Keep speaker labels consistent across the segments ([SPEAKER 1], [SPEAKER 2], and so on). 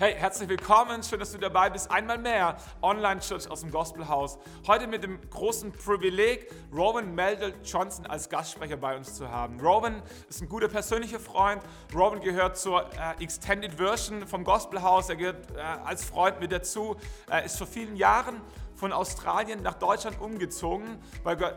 [SPEAKER 1] Hey, herzlich willkommen, schön, dass du dabei bist. Einmal mehr Online Church aus dem Gospelhaus. Heute mit dem großen Privileg, Rowan Meldel Johnson als Gastsprecher bei uns zu haben. Rowan ist ein guter persönlicher Freund. Rowan gehört zur äh, Extended Version vom Gospelhaus. Er gehört äh, als Freund mit dazu. Er ist vor vielen Jahren von Australien nach Deutschland umgezogen, weil Gott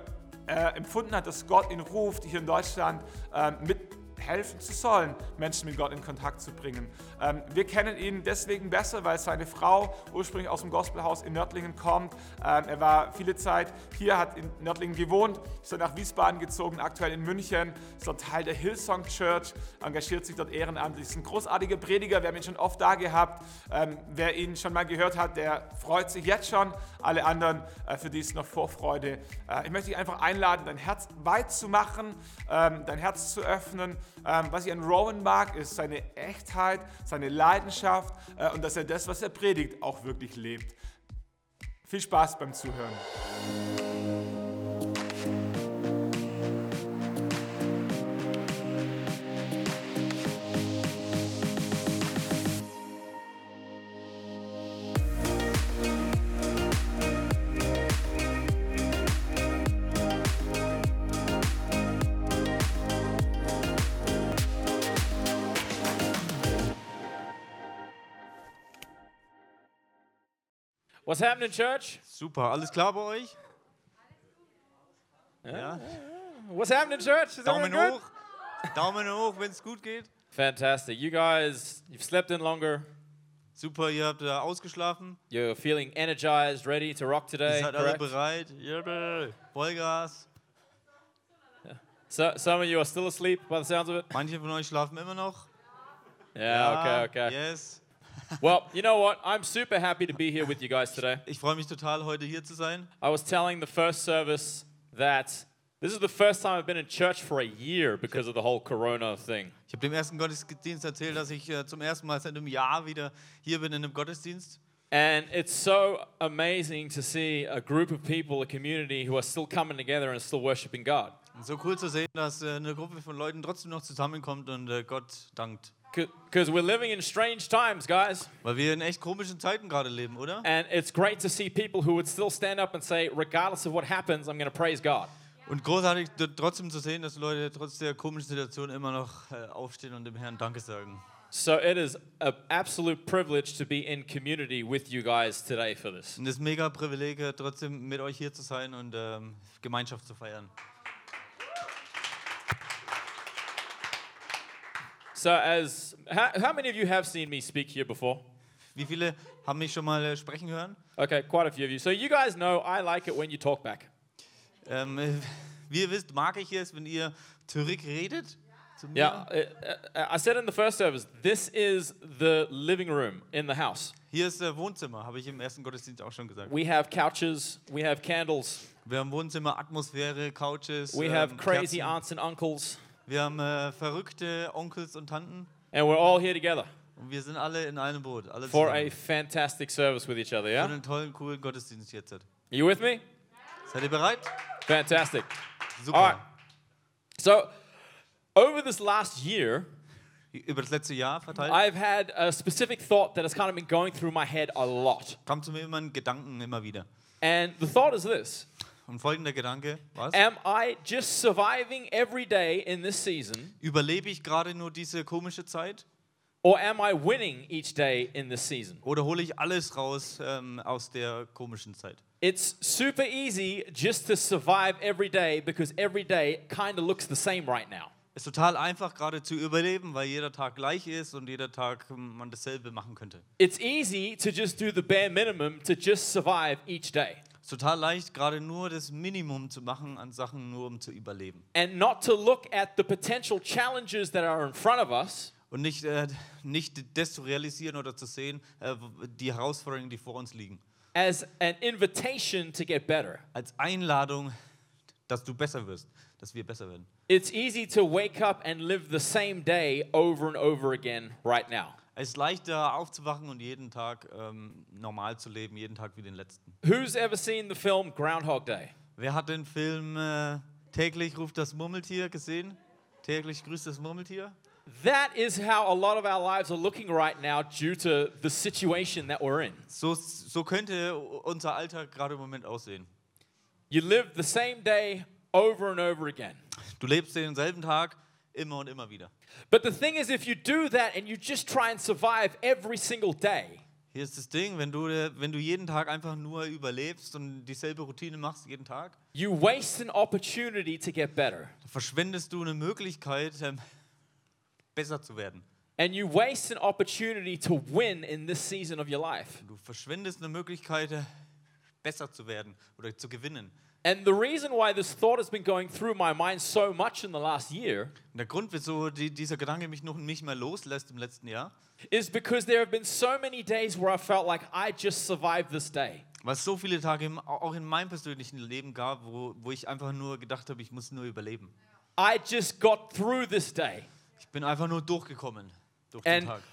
[SPEAKER 1] äh, empfunden hat, dass Gott ihn ruft, hier in Deutschland äh, mithelfen zu sollen, Menschen mit Gott in Kontakt zu bringen. Ähm, wir kennen ihn deswegen besser, weil seine Frau ursprünglich aus dem Gospelhaus in Nördlingen kommt. Ähm, er war viele Zeit hier, hat in Nördlingen gewohnt, ist dann nach Wiesbaden gezogen, aktuell in München, ist dort Teil der Hillsong Church, engagiert sich dort ehrenamtlich, ist ein großartiger Prediger, wir haben ihn schon oft da gehabt. Ähm, wer ihn schon mal gehört hat, der freut sich jetzt schon. Alle anderen, äh, für die ist noch Vorfreude. Äh, ich möchte dich einfach einladen, dein Herz weit zu machen, ähm, dein Herz zu öffnen. Ähm, was ich an Rowan mag, ist seine Echtheit, seine Leidenschaft äh, und dass er das, was er predigt, auch wirklich lebt. Viel Spaß beim Zuhören.
[SPEAKER 2] What's happening, church?
[SPEAKER 3] Super, alles klar bei euch? Ja.
[SPEAKER 2] What's happening, church? Is everything
[SPEAKER 3] Daumen
[SPEAKER 2] good?
[SPEAKER 3] hoch. Daumen hoch, wenn es gut geht.
[SPEAKER 2] Fantastic. You guys, you've slept in longer.
[SPEAKER 3] Super, ihr habt äh, ausgeschlafen.
[SPEAKER 2] You're feeling energized, ready to rock
[SPEAKER 3] Ihr
[SPEAKER 2] today.
[SPEAKER 3] seid alle
[SPEAKER 2] correct?
[SPEAKER 3] bereit. Jawohl. Vollgas.
[SPEAKER 2] So, some of you are still asleep by the sounds of it.
[SPEAKER 3] Manche von euch schlafen immer noch.
[SPEAKER 2] Yeah, okay,
[SPEAKER 3] Ah,
[SPEAKER 2] okay.
[SPEAKER 3] Yes.
[SPEAKER 2] Well, you know what? I'm super happy to be here with you guys today.
[SPEAKER 3] Ich freue mich total, heute hier zu sein.
[SPEAKER 2] I was telling the first service that this is the first time I've been in church for a year because of the whole corona thing.
[SPEAKER 3] Ich habe dem ersten Gottesdienst erzählt, dass ich äh, zum ersten Mal seit einem Jahr wieder hier bin in einem Gottesdienst.
[SPEAKER 2] And it's so amazing to see a group of people, a community who are still coming together and still worshiping God.
[SPEAKER 3] Und so cool zu sehen, dass äh, eine Gruppe von Leuten trotzdem noch zusammenkommt und äh, Gott dankt.
[SPEAKER 2] Because we're living in strange times, guys.
[SPEAKER 3] Weil wir in echt komischen Zeiten gerade leben, oder?
[SPEAKER 2] And it's great to see people who would still stand up and say, regardless of what happens, I'm going to praise God.
[SPEAKER 3] Und großartig d- trotzdem zu sehen, dass Leute trotz der komischen Situation immer noch äh, aufstehen und dem Herrn Danke sagen.
[SPEAKER 2] So it is an absolute privilege to be in community with you guys today for this.
[SPEAKER 3] Und es ist mega Privileg, äh, trotzdem mit euch hier zu sein und ähm, Gemeinschaft zu feiern.
[SPEAKER 2] So, as how, how many of you have seen me speak here before?
[SPEAKER 3] Wie viele haben mich schon mal äh, sprechen hören?
[SPEAKER 2] Okay, quite a few of you. So, you guys know I like it when you talk back.
[SPEAKER 3] Ähm, äh, wie ihr wisst, mag ich es, wenn ihr zurückredet. Zu mir.
[SPEAKER 2] Yeah, I- I I said in the first service, this is the living room in the house.
[SPEAKER 3] Hier ist äh, Wohnzimmer, habe ich im ersten Gottesdienst auch schon gesagt.
[SPEAKER 2] We have couches, we have candles,
[SPEAKER 3] Wir haben Wohnzimmer, Atmosphäre, Couches.
[SPEAKER 2] we
[SPEAKER 3] ähm,
[SPEAKER 2] have crazy
[SPEAKER 3] Kerzen.
[SPEAKER 2] aunts and uncles,
[SPEAKER 3] Wir haben äh, verrückte Onkels und Tanten.
[SPEAKER 2] and we're all here together.
[SPEAKER 3] Und wir sind alle in einem Boot. Alle
[SPEAKER 2] for a
[SPEAKER 3] zusammen.
[SPEAKER 2] fantastic service with each other,
[SPEAKER 3] Für
[SPEAKER 2] yeah?
[SPEAKER 3] einen tollen, coolen Gottesdienst jetzt.
[SPEAKER 2] You with me?
[SPEAKER 3] Seid ihr bereit?
[SPEAKER 2] Fantastic.
[SPEAKER 3] Super.
[SPEAKER 2] All right. So, over this last year,
[SPEAKER 3] Über das letzte Jahr verteilt
[SPEAKER 2] I've had a specific thought that has kind of been going through my head a lot.
[SPEAKER 3] kam zu mir immer ein Gedanken immer wieder.
[SPEAKER 2] And the thought is this
[SPEAKER 3] Und folgender Gedanke, was?
[SPEAKER 2] Am I just surviving every day in this season,
[SPEAKER 3] Überlebe ich gerade nur diese komische Zeit
[SPEAKER 2] or am I winning each day in this season?
[SPEAKER 3] oder hole ich alles raus ähm, aus der komischen Zeit?
[SPEAKER 2] It's super easy just to survive every day because every day kind of looks the same right now.
[SPEAKER 3] Ist total einfach gerade zu überleben, weil jeder Tag gleich ist und jeder Tag ähm, man dasselbe machen könnte.
[SPEAKER 2] It's easy to just do the bare minimum to just survive each day.
[SPEAKER 3] Ist total leicht gerade nur das Minimum zu machen an Sachen, nur um zu überleben.
[SPEAKER 2] and not to look at the potential challenges that are in front of us,
[SPEAKER 3] Und nicht, äh, nicht das zu realisieren oder zu sehen, äh, die Herausforderungen, die vor uns liegen.
[SPEAKER 2] as an invitation to get better.
[SPEAKER 3] Als Einladung, dass du besser wirst, dass wir besser werden.
[SPEAKER 2] It's easy to wake up and live the same day over and over again right now.
[SPEAKER 3] Es ist leichter aufzuwachen und jeden Tag ähm, normal zu leben, jeden Tag wie den letzten.
[SPEAKER 2] Who's ever seen the film Groundhog Day?
[SPEAKER 3] Wer hat den Film äh, Täglich ruft das Murmeltier gesehen? Täglich grüßt das Murmeltier?
[SPEAKER 2] that is how a lot of our lives are looking right now due to the situation that we're in.
[SPEAKER 3] So, so könnte unser Alltag gerade im Moment aussehen.
[SPEAKER 2] You live the same day over and over again.
[SPEAKER 3] Du lebst denselben Tag immer und immer wieder.
[SPEAKER 2] But the thing is, if you do that and you just try and survive every single day,
[SPEAKER 3] Hier ist das Ding, wenn du, äh, wenn du jeden Tag einfach nur überlebst und dieselbe Routine machst jeden Tag,
[SPEAKER 2] you waste an opportunity to get better.
[SPEAKER 3] dann verschwendest du eine Möglichkeit, ähm, besser zu werden.
[SPEAKER 2] And you waste an opportunity to win in this season of your life.
[SPEAKER 3] Du verschwendest eine Möglichkeit, äh, besser zu werden oder zu gewinnen.
[SPEAKER 2] And the reason why this thought has been going through my mind so much in the last year
[SPEAKER 3] Und der Grund, wieso die, dieser Gedanke mich noch nicht mehr loslässt im letzten Jahr,
[SPEAKER 2] is because there have been so many days where I felt like I just survived this day.
[SPEAKER 3] weil es so viele Tage im, auch in meinem persönlichen Leben gab, wo, wo ich einfach nur gedacht habe, ich muss nur überleben.
[SPEAKER 2] I just got through this day.
[SPEAKER 3] Ich bin einfach nur durchgekommen durch den
[SPEAKER 2] And
[SPEAKER 3] Tag.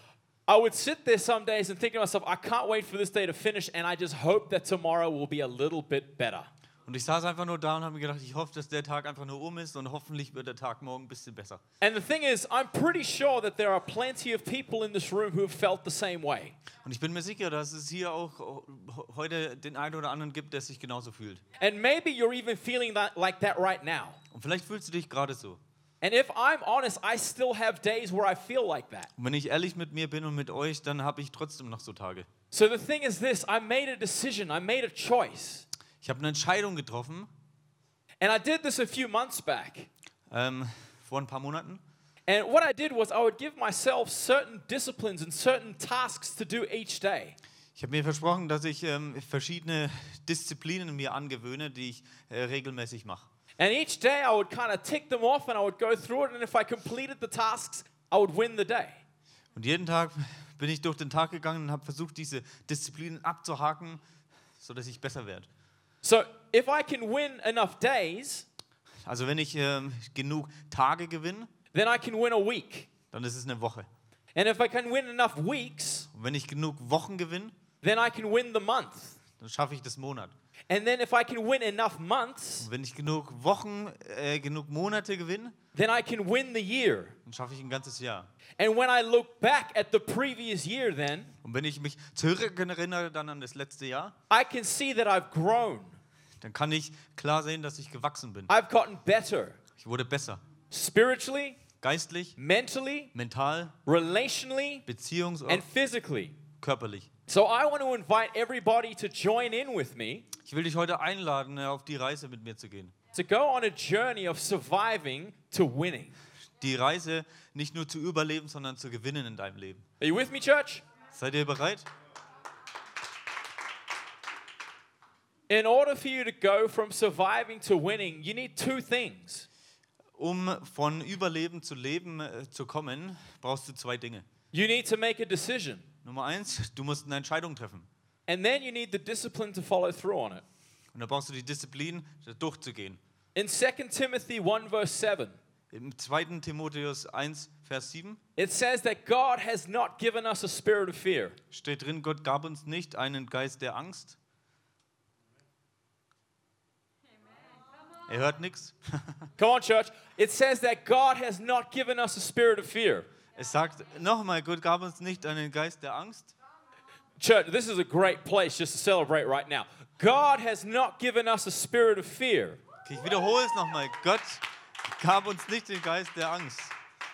[SPEAKER 2] I would sit there some days and think to myself, I can't wait for this day to finish, and I just hope that tomorrow will be a little bit better.
[SPEAKER 3] Und ich saß einfach nur da und habe mir gedacht, ich hoffe, dass der Tag einfach nur um ist und hoffentlich wird der Tag morgen ein bisschen besser.
[SPEAKER 2] And the thing is, I'm pretty sure that there are plenty of people in this room who have felt the same way.
[SPEAKER 3] Und ich bin mir sicher, dass es hier auch ho- heute den einen oder anderen gibt, der sich genauso fühlt.
[SPEAKER 2] And maybe you're even feeling that, like that right now.
[SPEAKER 3] Und vielleicht fühlst du dich gerade so.
[SPEAKER 2] And if I'm honest, I still have days where I feel like that.
[SPEAKER 3] Und wenn ich ehrlich mit mir bin und mit euch, dann habe ich trotzdem noch so Tage.
[SPEAKER 2] So the thing is this I made a decision, I made a choice.
[SPEAKER 3] Ich habe eine Entscheidung getroffen
[SPEAKER 2] And I did this a few months back.
[SPEAKER 3] ähm, vor ein paar Monaten.
[SPEAKER 2] And what I did was I would give myself certain disciplines and certain tasks to do each day.
[SPEAKER 3] Ich habe mir versprochen, dass ich ähm, verschiedene Disziplinen mir angewöhne, die ich äh, regelmäßig mache.
[SPEAKER 2] And each day I would kind of tick them off and I would go through it. And if I completed the tasks, I would win the day.
[SPEAKER 3] Und jeden Tag bin ich durch den Tag gegangen und habe versucht, diese Disziplinen abzuhaken, sodass ich besser werde.
[SPEAKER 2] So if I can win enough days,
[SPEAKER 3] Also wenn ich ähm, genug Tage gewinne,
[SPEAKER 2] then I can win a week.
[SPEAKER 3] dann ist es eine Woche.
[SPEAKER 2] And if I can win enough weeks,
[SPEAKER 3] Und wenn ich genug Wochen gewinne,
[SPEAKER 2] then I can win the month.
[SPEAKER 3] dann schaffe ich das Monat.
[SPEAKER 2] And then if I can win enough months,
[SPEAKER 3] Und wenn ich genug Wochen, äh, genug Monate gewinne,
[SPEAKER 2] then I can win the year.
[SPEAKER 3] dann schaffe ich ein ganzes Jahr.
[SPEAKER 2] And when I look back at the previous year, then
[SPEAKER 3] Und wenn ich mich zurück erinnere dann an das letzte Jahr,
[SPEAKER 2] I can see that I've grown.
[SPEAKER 3] dann kann ich klar sehen, dass ich gewachsen bin.
[SPEAKER 2] I've gotten better
[SPEAKER 3] Ich wurde besser.
[SPEAKER 2] spiritually,
[SPEAKER 3] Geistlich,
[SPEAKER 2] mentally,
[SPEAKER 3] mental,
[SPEAKER 2] relationally,
[SPEAKER 3] beziehungs-
[SPEAKER 2] and
[SPEAKER 3] und
[SPEAKER 2] physically.
[SPEAKER 3] körperlich.
[SPEAKER 2] So I want to invite everybody to join in with me
[SPEAKER 3] Ich will dich heute einladen, äh, auf die Reise mit mir zu gehen.
[SPEAKER 2] to go on a journey of surviving to winning.
[SPEAKER 3] Die Reise nicht nur zu überleben, sondern zu gewinnen in deinem Leben.
[SPEAKER 2] Are you with me, church?
[SPEAKER 3] Seid ihr bereit?
[SPEAKER 2] In order for you to go from surviving to winning, you need two things.
[SPEAKER 3] Um von Überleben zu Leben äh, zu kommen, brauchst du zwei Dinge.
[SPEAKER 2] You need to make a decision,
[SPEAKER 3] Nummer eins, du musst eine Entscheidung treffen.
[SPEAKER 2] and then you need the discipline to follow through on it.
[SPEAKER 3] Und da brauchst du die Disziplin, da durchzugehen.
[SPEAKER 2] In 2 Timothy 1, verse 7,
[SPEAKER 3] Im 2. Timotheus 1, Vers 7
[SPEAKER 2] it says that God has not given us a spirit of fear,
[SPEAKER 3] steht drin, Gott gab uns nicht einen Geist der Angst. Er hört nichts.
[SPEAKER 2] Come on, church. It says that God has not given us a spirit of fear.
[SPEAKER 3] Es sagt nochmal, Gott gab uns nicht einen Geist der Angst.
[SPEAKER 2] Church, this is a great place just to celebrate right now. God has not given us a spirit of fear,
[SPEAKER 3] Okay, ich wiederhole es nochmal. Gott gab uns nicht den Geist der Angst,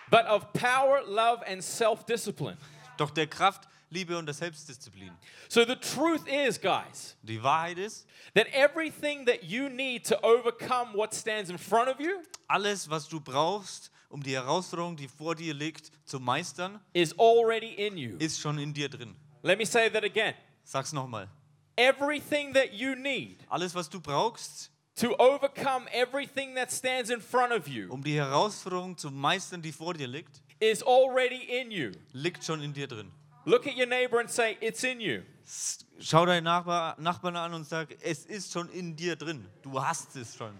[SPEAKER 2] but of power, love, and self discipline.
[SPEAKER 3] doch der Kraft, Liebe und der Selbstdisziplin.
[SPEAKER 2] So the truth is, guys,
[SPEAKER 3] Die Wahrheit ist,
[SPEAKER 2] that everything that you need to overcome what stands in front of you
[SPEAKER 3] alles, was du brauchst, um die Herausforderung, die vor dir liegt, zu meistern,
[SPEAKER 2] is already in you.
[SPEAKER 3] ist schon in dir drin.
[SPEAKER 2] Let me say that again.
[SPEAKER 3] Sag's nochmal.
[SPEAKER 2] Everything that you need
[SPEAKER 3] Alles, was du brauchst,
[SPEAKER 2] to overcome everything that stands in front of you
[SPEAKER 3] um die Herausforderung zu meistern, die vor dir liegt,
[SPEAKER 2] is already in you.
[SPEAKER 3] liegt schon in dir drin.
[SPEAKER 2] Look at your neighbor and say, It's in you.
[SPEAKER 3] S- Schau deinen Nachbar, Nachbarn an und sag, es ist schon in dir drin. Du hast es schon.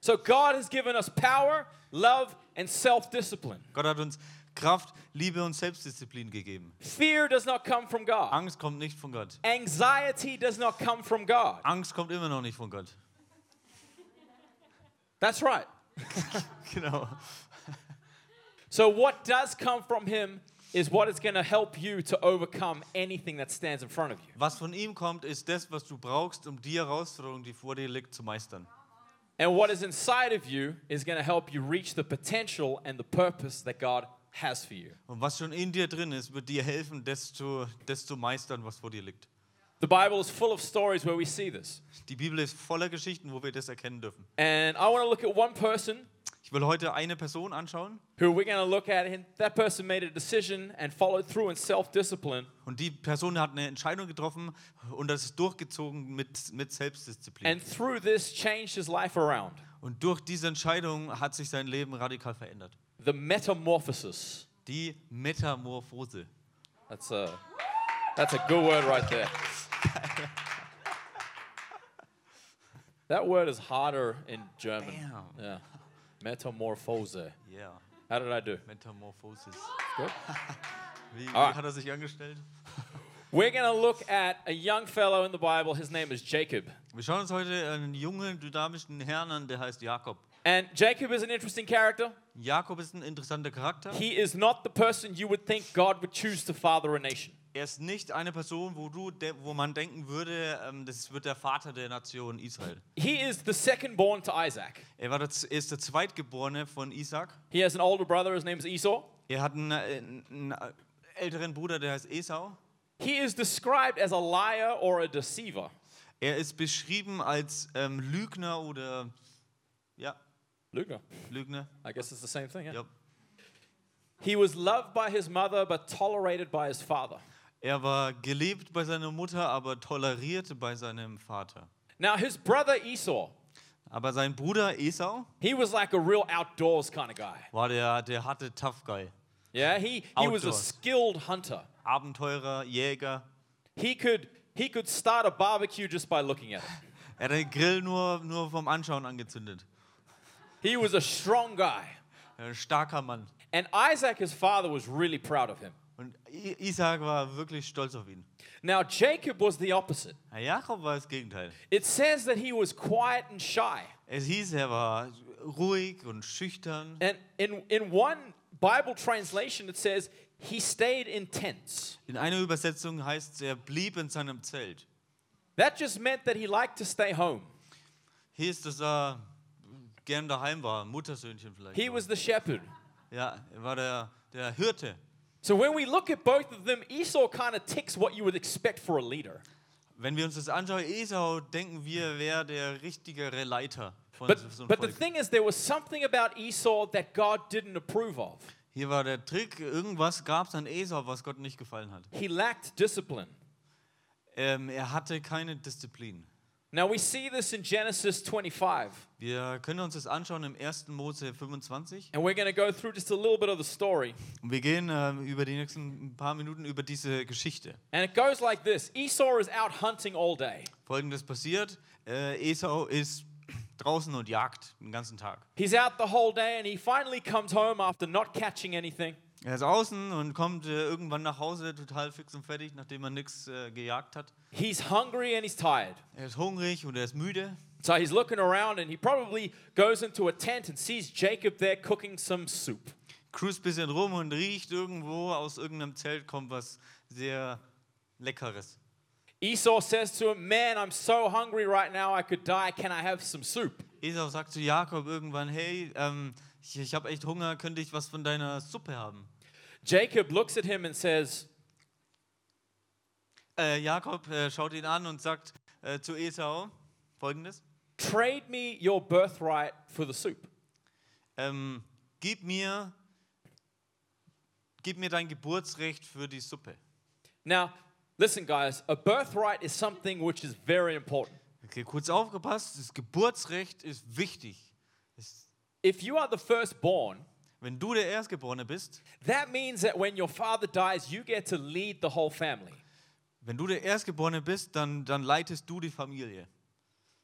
[SPEAKER 2] So God has given us power, love, and self discipline.
[SPEAKER 3] Gott hat uns Kraft, Liebe und Selbstdisziplin gegeben.
[SPEAKER 2] Fear does not come from God.
[SPEAKER 3] Angst kommt nicht von Gott.
[SPEAKER 2] Anxiety does not come from God.
[SPEAKER 3] Angst kommt immer noch nicht von Gott.
[SPEAKER 2] That's right.
[SPEAKER 3] Genau.
[SPEAKER 2] So, what does come from him is what is going to help you to overcome anything that stands in front of you.
[SPEAKER 3] Was von ihm kommt, ist das, was du brauchst, um die Herausforderung, die vor dir liegt, zu meistern.
[SPEAKER 2] And what is inside of you is going to help you reach the potential and the purpose that God has for you.
[SPEAKER 3] Und was schon in dir drin ist, wird dir helfen, das zu, das zu meistern, was vor dir liegt.
[SPEAKER 2] The Bible is full of stories where we see this.
[SPEAKER 3] Die Bibel ist voller Geschichten, wo wir das erkennen dürfen.
[SPEAKER 2] And I want to look at one person
[SPEAKER 3] Ich will heute eine Person anschauen
[SPEAKER 2] who we're going to look at and that person made a decision and followed through in self-discipline
[SPEAKER 3] und die Person hat eine Entscheidung getroffen und das ist durchgezogen mit, mit Selbstdisziplin.
[SPEAKER 2] and through this changed his life around.
[SPEAKER 3] Und durch diese Entscheidung hat sich sein Leben radikal verändert.
[SPEAKER 2] The metamorphosis.
[SPEAKER 3] Die Metamorphose.
[SPEAKER 2] That's a that's a good word right there. that word is harder in German.
[SPEAKER 3] Damn.
[SPEAKER 2] Yeah. Metamorphose.
[SPEAKER 3] Yeah,
[SPEAKER 2] How did I do?
[SPEAKER 3] Metamorphosis.
[SPEAKER 2] Good.
[SPEAKER 3] Wie, wie
[SPEAKER 2] Ah.
[SPEAKER 3] hat er sich angestellt?
[SPEAKER 2] We're going to look at a young fellow in the Bible. His name is Jacob.
[SPEAKER 3] Wir schauen uns heute einen jungen, dynamischen Herrn an, der heißt Jakob.
[SPEAKER 2] And Jacob is an interesting character.
[SPEAKER 3] Jakob ist ein interessanter Charakter.
[SPEAKER 2] He is not the person you would think God would choose to father a nation.
[SPEAKER 3] Er ist nicht eine Person, wo, du de wo man denken würde, ähm, das wird der Vater der Nation Israel.
[SPEAKER 2] He is the second born to Isaac.
[SPEAKER 3] Er, war der, Z- er ist der Zweitgeborene von Isaac.
[SPEAKER 2] He has an older brother. His name is Esau.
[SPEAKER 3] Er hat einen, äh, einen äh, älteren Bruder, der heißt Esau.
[SPEAKER 2] He is described as a liar or a deceiver.
[SPEAKER 3] Er ist beschrieben als ähm, Lügner oder, ja,
[SPEAKER 2] Luger.
[SPEAKER 3] Lügner.
[SPEAKER 2] I guess it's the same thing. Yeah.
[SPEAKER 3] Ja.
[SPEAKER 2] He was loved by his mother but tolerated by his father.
[SPEAKER 3] Er war geliebt bei seiner Mutter, aber toleriert bei seinem Vater.
[SPEAKER 2] Now, his brother Esau,
[SPEAKER 3] Aber sein Bruder Esau
[SPEAKER 2] he was like a real outdoors kind of guy.
[SPEAKER 3] war der, der harte Tough Guy.
[SPEAKER 2] Yeah, he, he was a
[SPEAKER 3] Outdoors.
[SPEAKER 2] skilled hunter.
[SPEAKER 3] Abenteurer, Jäger.
[SPEAKER 2] He could, he could start a barbecue just by looking at it.
[SPEAKER 3] Er hat den Grill nur, nur vom Anschauen angezündet.
[SPEAKER 2] He was a strong guy.
[SPEAKER 3] Ein starker Mann.
[SPEAKER 2] And Isaac, his father, was really proud of him.
[SPEAKER 3] Und I- Isaac war wirklich stolz auf ihn.
[SPEAKER 2] Now, Jacob was the opposite.
[SPEAKER 3] Ja, Jakob war das Gegenteil.
[SPEAKER 2] It says that he was quiet and shy.
[SPEAKER 3] Es hieß, er war ruhig und schüchtern.
[SPEAKER 2] And in, in one Bible translation, it says he stayed in tents.
[SPEAKER 3] In einer Übersetzung heißt es, er blieb in seinem Zelt.
[SPEAKER 2] That just meant that he liked to stay home.
[SPEAKER 3] Hieß, dass er gern daheim war, Muttersöhnchen vielleicht.
[SPEAKER 2] He was the shepherd.
[SPEAKER 3] ja, er war der, der Hirte.
[SPEAKER 2] So when we look at both of them, Esau kind of ticks what you would expect for a leader.
[SPEAKER 3] Wenn wir uns das anschauen, Esau, denken wir, wäre der richtigere Leiter von
[SPEAKER 2] But,
[SPEAKER 3] so einem
[SPEAKER 2] but the
[SPEAKER 3] Volk.
[SPEAKER 2] thing is, there was something about Esau that God didn't approve of.
[SPEAKER 3] Hier war der Trick, irgendwas gab es an Esau, was Gott nicht gefallen hat.
[SPEAKER 2] He lacked discipline.
[SPEAKER 3] Ähm, er hatte keine Disziplin.
[SPEAKER 2] Now we see this in Genesis 25,
[SPEAKER 3] Wir können uns das anschauen im 1. Mose 25.
[SPEAKER 2] and we're going to go through just a little bit of the story.
[SPEAKER 3] Und wir gehen ähm, über die nächsten paar Minuten über diese Geschichte.
[SPEAKER 2] And it goes like this Esau is out hunting all day.
[SPEAKER 3] Folgendes passiert: äh, Esau ist draußen und jagt den ganzen Tag.
[SPEAKER 2] He's out the whole day, and he finally comes home after not catching anything.
[SPEAKER 3] Er ist außen und kommt äh, irgendwann nach Hause total fix und fertig, nachdem er nichts äh, gejagt hat.
[SPEAKER 2] He's hungry and he's tired.
[SPEAKER 3] Er ist hungrig und er ist müde.
[SPEAKER 2] So he's looking around and he probably goes into a tent and sees Jacob there cooking some soup.
[SPEAKER 3] Cruise bisschen rum und riecht irgendwo aus irgendeinem Zelt kommt was sehr Leckeres.
[SPEAKER 2] Esau says to him, Man, I'm so hungry right now, I could die. Can I have some soup?
[SPEAKER 3] Esau sagt zu Jakob irgendwann: Hey, ähm, ich, ich habe echt Hunger, könnte ich was von deiner Suppe haben?
[SPEAKER 2] Jacob looks at him and says,
[SPEAKER 3] Äh, Jakob äh, schaut ihn an und sagt äh, zu Esau folgendes:
[SPEAKER 2] Trade me your birthright for the soup.
[SPEAKER 3] ähm, gib, mir, gib mir dein Geburtsrecht für die Suppe.
[SPEAKER 2] Now, listen, guys, a birthright is something which is very important.
[SPEAKER 3] Okay, kurz aufgepasst: Das Geburtsrecht ist wichtig. Es-
[SPEAKER 2] If you are the firstborn,
[SPEAKER 3] wenn du der Erstgeborene bist,
[SPEAKER 2] that means that when your father dies, you get to lead the whole family.
[SPEAKER 3] wenn du der Erstgeborene bist, dann, dann leitest du die Familie.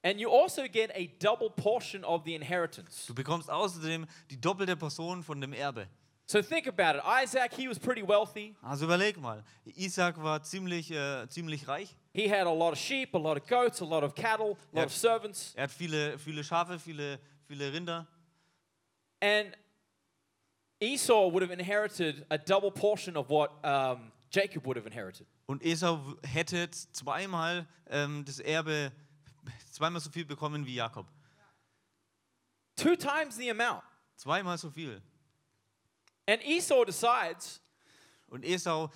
[SPEAKER 2] And you also get a double portion of the inheritance.
[SPEAKER 3] Du bekommst außerdem die doppelte Portion von dem Erbe.
[SPEAKER 2] So think about it. Isaac, he was pretty wealthy.
[SPEAKER 3] Also überleg mal: Isaac war ziemlich, äh, ziemlich reich.
[SPEAKER 2] He had a lot of sheep, a lot of goats, a lot of cattle, a lot
[SPEAKER 3] Yep.
[SPEAKER 2] of servants.
[SPEAKER 3] Er hat viele, viele Schafe, viele, viele Rinder.
[SPEAKER 2] And Esau would have inherited a double portion of what um, Jacob would have inherited.
[SPEAKER 3] Und Esau w- hätte z- zweimal ähm, das Erbe, zweimal so viel bekommen wie Jakob.
[SPEAKER 2] Two times the amount.
[SPEAKER 3] Zweimal so viel.
[SPEAKER 2] And Esau decides,
[SPEAKER 3] Und Esau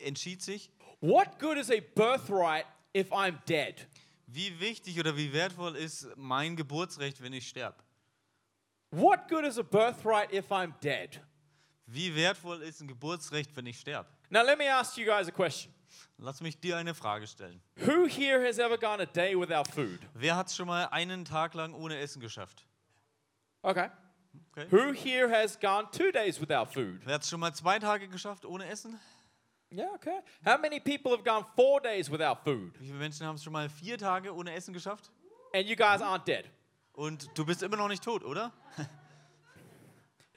[SPEAKER 3] äh, entschied sich,
[SPEAKER 2] what good is a birthright if I'm dead?
[SPEAKER 3] wie wichtig oder wie wertvoll ist mein Geburtsrecht, wenn ich sterbe.
[SPEAKER 2] What good is a birthright if I'm dead?
[SPEAKER 3] Wie wertvoll ist ein Geburtsrecht, wenn ich sterbe?
[SPEAKER 2] Now, let me ask you guys a question.
[SPEAKER 3] Lass mich dir eine Frage stellen.
[SPEAKER 2] Who here has ever gone a day without food?
[SPEAKER 3] Wer hat es schon mal einen Tag lang ohne Essen geschafft?
[SPEAKER 2] Okay.
[SPEAKER 3] Okay.
[SPEAKER 2] Who here has gone two days without food?
[SPEAKER 3] Wer hat es schon mal zwei Tage geschafft ohne Essen?
[SPEAKER 2] Yeah, okay. How many people have gone four days without food?
[SPEAKER 3] Wie viele Menschen haben es schon mal vier Tage ohne Essen geschafft?
[SPEAKER 2] And you guys aren't dead.
[SPEAKER 3] Und du bist immer noch nicht tot, oder?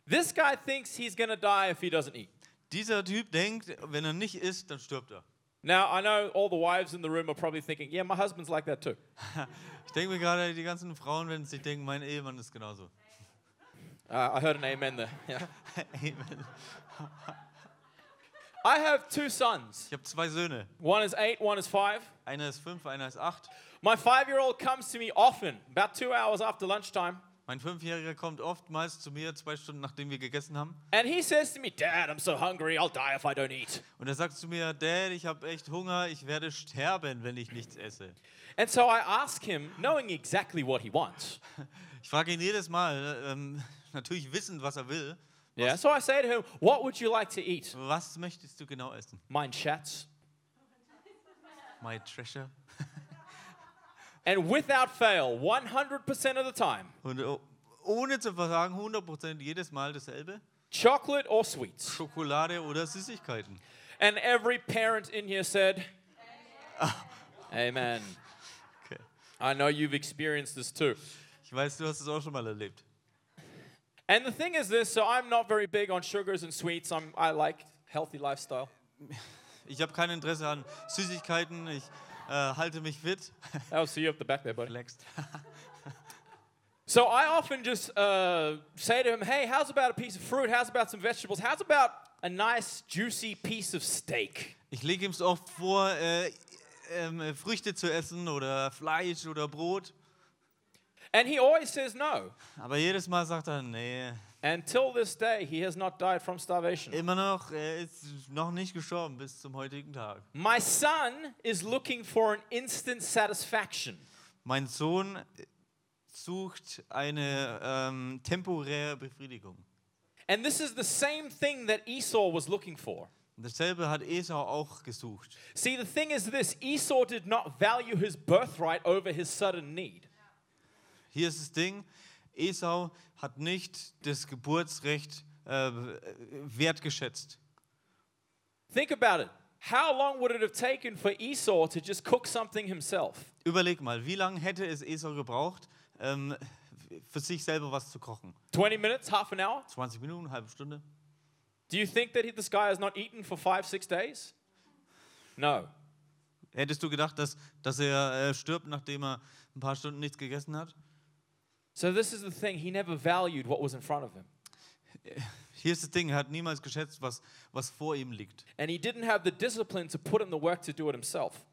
[SPEAKER 2] This guy thinks he's going to die if he doesn't eat.
[SPEAKER 3] Dieser Typ denkt, wenn er nicht isst, dann stirbt er.
[SPEAKER 2] Now, I know all the wives in the room are probably thinking, yeah, my husband's like that too.
[SPEAKER 3] Ich denke mir gerade, die ganzen Frauen werden sich denken, mein Ehemann ist genauso.
[SPEAKER 2] Uh, I heard an amen there. Yeah.
[SPEAKER 3] Amen.
[SPEAKER 2] I have two sons.
[SPEAKER 3] Ich habe zwei Söhne.
[SPEAKER 2] One is eight, one is five.
[SPEAKER 3] Einer ist fünf, einer ist acht.
[SPEAKER 2] My five year old comes to me often, about two hours after lunchtime,
[SPEAKER 3] Mein Fünfjähriger kommt oftmals zu mir, zwei Stunden nachdem wir gegessen haben.
[SPEAKER 2] and he says to me, Dad, I'm so hungry, I'll die if I don't eat.
[SPEAKER 3] Und er sagt zu mir, Dad, ich habe echt Hunger, ich werde sterben, wenn ich nichts esse.
[SPEAKER 2] And so I ask him, knowing exactly what he wants.
[SPEAKER 3] Ich frage ihn jedes Mal, ähm, natürlich wissend, was er will.
[SPEAKER 2] Yeah. So I say to him, What would you like to eat?
[SPEAKER 3] Was möchtest du genau essen?
[SPEAKER 2] Mine chats.
[SPEAKER 3] My treasure.
[SPEAKER 2] And without fail, 100% of the time,
[SPEAKER 3] Und oh, ohne zu versagen, 100% jedes Mal dasselbe.
[SPEAKER 2] chocolate or sweets.
[SPEAKER 3] Schokolade oder Süßigkeiten.
[SPEAKER 2] And every parent in here said, Amen.
[SPEAKER 3] Okay.
[SPEAKER 2] I know you've experienced this too.
[SPEAKER 3] Ich weiß, du hast es auch schon mal erlebt.
[SPEAKER 2] And the thing is this so I'm not very big on sugars and sweets. I'm, I like healthy lifestyle.
[SPEAKER 3] Ich habe kein Interesse an Süßigkeiten. Ich äh, halte mich fit.
[SPEAKER 2] I'll see you up the back there, buddy.
[SPEAKER 3] Relaxed.
[SPEAKER 2] So I often just uh, say to him, hey, how's about a piece of fruit? How's about some vegetables? How's about a nice, juicy piece of steak?
[SPEAKER 3] Ich lege ihm oft vor, äh, ähm, Früchte zu essen oder Fleisch oder Brot.
[SPEAKER 2] And he always says no.
[SPEAKER 3] Aber jedes Mal sagt er, nee,
[SPEAKER 2] Until this day, he has not died from starvation.
[SPEAKER 3] immer noch, er ist noch nicht gestorben bis zum heutigen Tag.
[SPEAKER 2] My son is looking for an instant satisfaction.
[SPEAKER 3] Mein Sohn äh, sucht eine ähm, temporäre Befriedigung.
[SPEAKER 2] And this is the same thing that Esau was looking for.
[SPEAKER 3] Und Dasselbe hat Esau auch gesucht.
[SPEAKER 2] See, the thing is this Esau did not value his birthright over his sudden need.
[SPEAKER 3] Hier ist das Ding, Esau hat nicht das Geburtsrecht äh, wertgeschätzt.
[SPEAKER 2] Think about it. How long would it have taken for Esau to just cook something himself?
[SPEAKER 3] Überleg mal, wie lange hätte es Esau gebraucht, ähm, für sich selber was zu kochen?
[SPEAKER 2] 20 minutes, half an hour?
[SPEAKER 3] 20 Minuten, eine halbe Stunde?
[SPEAKER 2] Do you think that he, this guy has not eaten for five, six days? No.
[SPEAKER 3] Hättest du gedacht, dass, dass er äh, stirbt, nachdem er ein paar Stunden nichts gegessen hat?
[SPEAKER 2] So, this is the thing. He never valued what was in front of him.
[SPEAKER 3] Hier ist das Ding, er hat niemals geschätzt, was, was vor ihm liegt.
[SPEAKER 2] And he didn't have the discipline to put in the work to do it himself.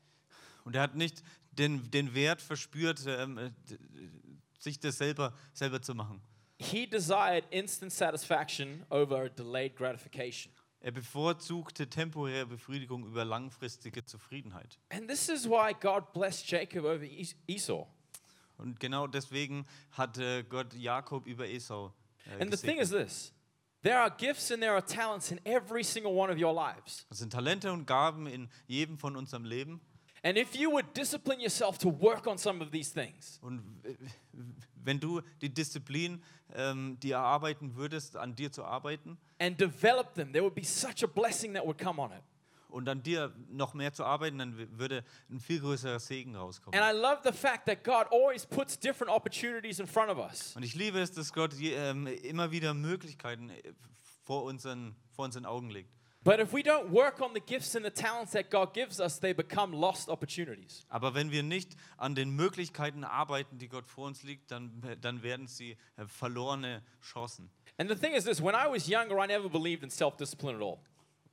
[SPEAKER 3] Und er hat nicht den, den Wert verspürt, ähm, äh, d- d- sich das selber, selber zu machen.
[SPEAKER 2] He desired instant satisfaction over delayed gratification.
[SPEAKER 3] Er bevorzugte temporäre Befriedigung über langfristige Zufriedenheit.
[SPEAKER 2] And this is why God blessed Jacob over Es- Esau.
[SPEAKER 3] Und genau deswegen hat äh, Gott Jakob über Esau äh,
[SPEAKER 2] And the thing
[SPEAKER 3] gesegnet.
[SPEAKER 2] is this there are gifts and there are talents in every single one of your lives.
[SPEAKER 3] Es sind Talente und Gaben in jedem von unserem Leben.
[SPEAKER 2] And if you would discipline yourself to work on some of these things,
[SPEAKER 3] Und äh, wenn du die Disziplin, ähm, die erarbeiten würdest, an dir zu arbeiten
[SPEAKER 2] and develop them, there would be such a blessing that would come on it.
[SPEAKER 3] und an dir noch mehr zu arbeiten, dann w- würde ein viel größerer Segen rauskommen.
[SPEAKER 2] And I love the fact that God always puts different opportunities in front of us.
[SPEAKER 3] Und ich liebe es, dass Gott je, ähm, immer wieder Möglichkeiten äh, vor unseren, vor unseren Augen legt.
[SPEAKER 2] But if we don't work on the gifts and the talents that God gives us, they become lost opportunities.
[SPEAKER 3] Aber wenn wir nicht an den Möglichkeiten arbeiten, die Gott vor uns liegt, dann, dann werden sie äh, verlorene Chancen.
[SPEAKER 2] And the thing is this when I was younger, I never believed in self discipline at all.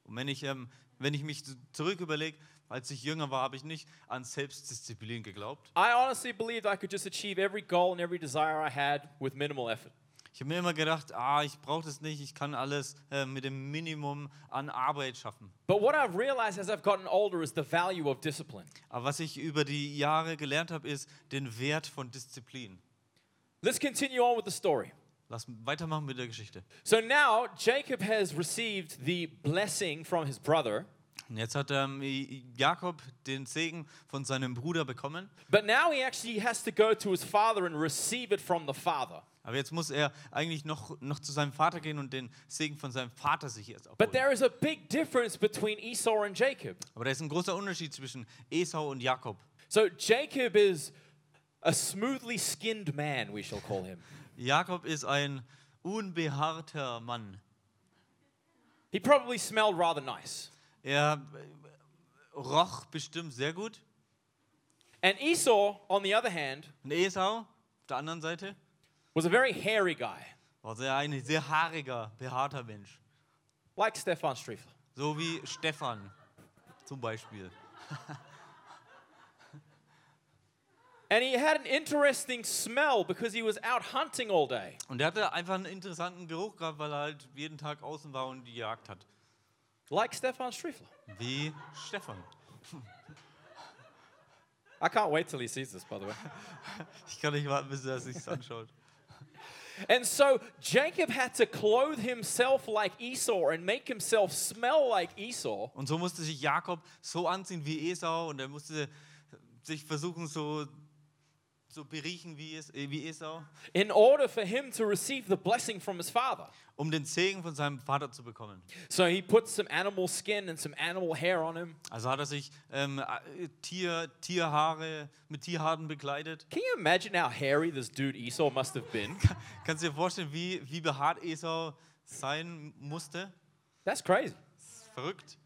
[SPEAKER 3] Und wenn ich, ähm, wenn ich mich zu- zurück überlege, als ich jünger war, habe ich nicht an Selbstdisziplin geglaubt.
[SPEAKER 2] I honestly believed I could just achieve every goal and every desire I had with minimal effort.
[SPEAKER 3] Ich habe mir immer gedacht, ah, ich brauche das nicht, ich kann alles äh, mit dem Minimum an Arbeit schaffen.
[SPEAKER 2] But what I've realized as I've gotten older is the value of discipline.
[SPEAKER 3] Aber was ich über die Jahre gelernt habe, ist den Wert von Disziplin.
[SPEAKER 2] Let's continue on with the story.
[SPEAKER 3] Lass weitermachen mit der Geschichte.
[SPEAKER 2] So now Jacob has received the blessing from his brother,
[SPEAKER 3] Und Jetzt hat ähm, Jakob den Segen von seinem Bruder bekommen,
[SPEAKER 2] but now he actually has to go to his father and receive it from the father.
[SPEAKER 3] aber jetzt muss er eigentlich noch, noch zu seinem Vater gehen und den Segen von seinem Vater sich erst
[SPEAKER 2] But
[SPEAKER 3] abholen.
[SPEAKER 2] there is a big difference between Esau and Jacob.
[SPEAKER 3] Aber da ist ein großer Unterschied zwischen Esau und Jakob.
[SPEAKER 2] So Jacob is a smoothly skinned man, we shall call him.
[SPEAKER 3] Jakob ist ein unbehaarter Mann.
[SPEAKER 2] He probably smelled rather nice.
[SPEAKER 3] Er äh, roch bestimmt sehr gut.
[SPEAKER 2] And Esau, on the other hand,
[SPEAKER 3] Und Esau, auf der anderen Seite,
[SPEAKER 2] was a very hairy guy,
[SPEAKER 3] war sehr ein sehr haariger, behaarter Mensch.
[SPEAKER 2] like Stefan Striefler.
[SPEAKER 3] So wie Stefan zum Beispiel.
[SPEAKER 2] And he had an interesting smell because he was out hunting all day.
[SPEAKER 3] Und er hatte einfach einen interessanten Geruch gehabt, weil er halt jeden Tag außen war und gejagt hat.
[SPEAKER 2] like Stefan Striefler.
[SPEAKER 3] Wie Stefan.
[SPEAKER 2] I can't wait till he sees this, by the way.
[SPEAKER 3] Ich kann nicht warten, bis er es sich anschaut.
[SPEAKER 2] And so Jacob had to clothe himself like Esau and make himself smell like Esau
[SPEAKER 3] Und so musste sich Jakob so anziehen wie Esau und er musste sich versuchen, so so beriechen wie, es, äh, wie Esau,
[SPEAKER 2] in order for him to receive the blessing from his father.
[SPEAKER 3] um den Segen von seinem Vater zu bekommen.
[SPEAKER 2] So he put some animal skin and some animal hair on him.
[SPEAKER 3] Also hat er sich ähm, äh, Tier, Tierhaare mit Tierhaaren bekleidet.
[SPEAKER 2] Can you imagine how hairy this dude Esau must have been?
[SPEAKER 3] Kannst du dir vorstellen, wie, wie behaart Esau sein musste?
[SPEAKER 2] That's crazy.
[SPEAKER 3] Verrückt.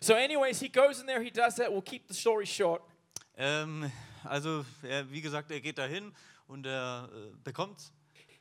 [SPEAKER 2] So, anyways, he goes in there, he does that. We'll keep the story short.
[SPEAKER 3] Ähm, also, er, wie gesagt, er geht dahin und er äh, bekommt's.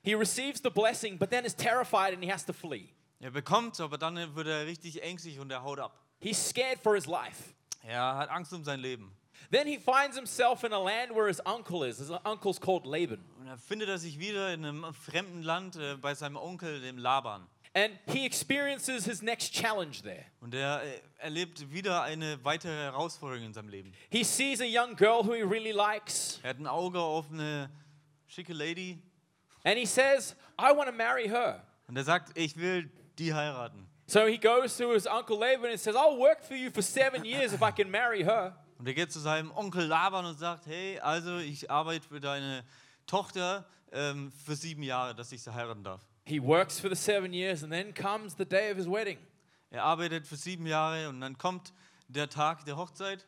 [SPEAKER 2] He receives the blessing, but then is terrified and he has to flee.
[SPEAKER 3] Er bekommt's, aber dann wird er richtig ängstlich und er haut ab.
[SPEAKER 2] He's scared for his life.
[SPEAKER 3] Er hat Angst um sein Leben.
[SPEAKER 2] Then he finds himself in a land where his uncle is. His uncle's called Laban.
[SPEAKER 3] Und er findet er sich wieder in einem fremden Land äh, bei seinem Onkel, dem Laban.
[SPEAKER 2] And he experiences his next challenge there.
[SPEAKER 3] Und er äh, erlebt wieder eine weitere Herausforderung in seinem Leben.
[SPEAKER 2] He sees a young girl who he really likes,
[SPEAKER 3] Er hat ein Auge auf eine schicke Lady
[SPEAKER 2] and he says, I want to marry her.
[SPEAKER 3] und er sagt, ich will die heiraten.
[SPEAKER 2] So he goes to his uncle Laban and says, I'll work for you for seven years if I can marry her.
[SPEAKER 3] Und er geht zu seinem Onkel Laban und sagt, hey, also ich arbeite für deine Tochter ähm, für sieben Jahre, dass ich sie heiraten darf.
[SPEAKER 2] He works for the seven years, and then comes the day of his wedding.
[SPEAKER 3] Er arbeitet für sieben Jahre und dann kommt der Tag der Hochzeit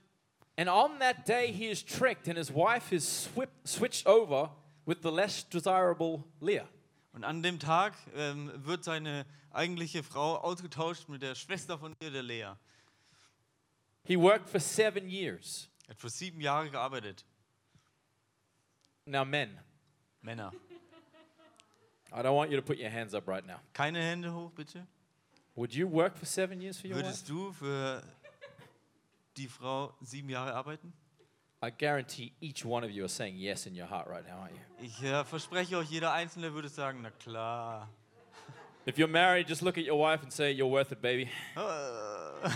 [SPEAKER 2] And on that day, he is tricked, and his wife is swip- switched over with the less desirable Leah.
[SPEAKER 3] und an dem Tag ähm, wird seine eigentliche Frau ausgetauscht mit der Schwester von ihr, der Lea.
[SPEAKER 2] He worked for seven years.
[SPEAKER 3] Er hat für sieben Jahre gearbeitet.
[SPEAKER 2] Now, men,
[SPEAKER 3] Männer.
[SPEAKER 2] I don't want you to put your hands up right now.
[SPEAKER 3] Keine Hände hoch, bitte.
[SPEAKER 2] Would you work for seven years for your wife?
[SPEAKER 3] Würdest du für die Frau sieben Jahre arbeiten?
[SPEAKER 2] I guarantee each one of you are saying yes in your heart right now, aren't you?
[SPEAKER 3] Ich äh, verspreche euch, jeder Einzelne würde sagen, na klar.
[SPEAKER 2] If you're married, just look at your wife and say, You're worth it, baby.
[SPEAKER 3] Äh,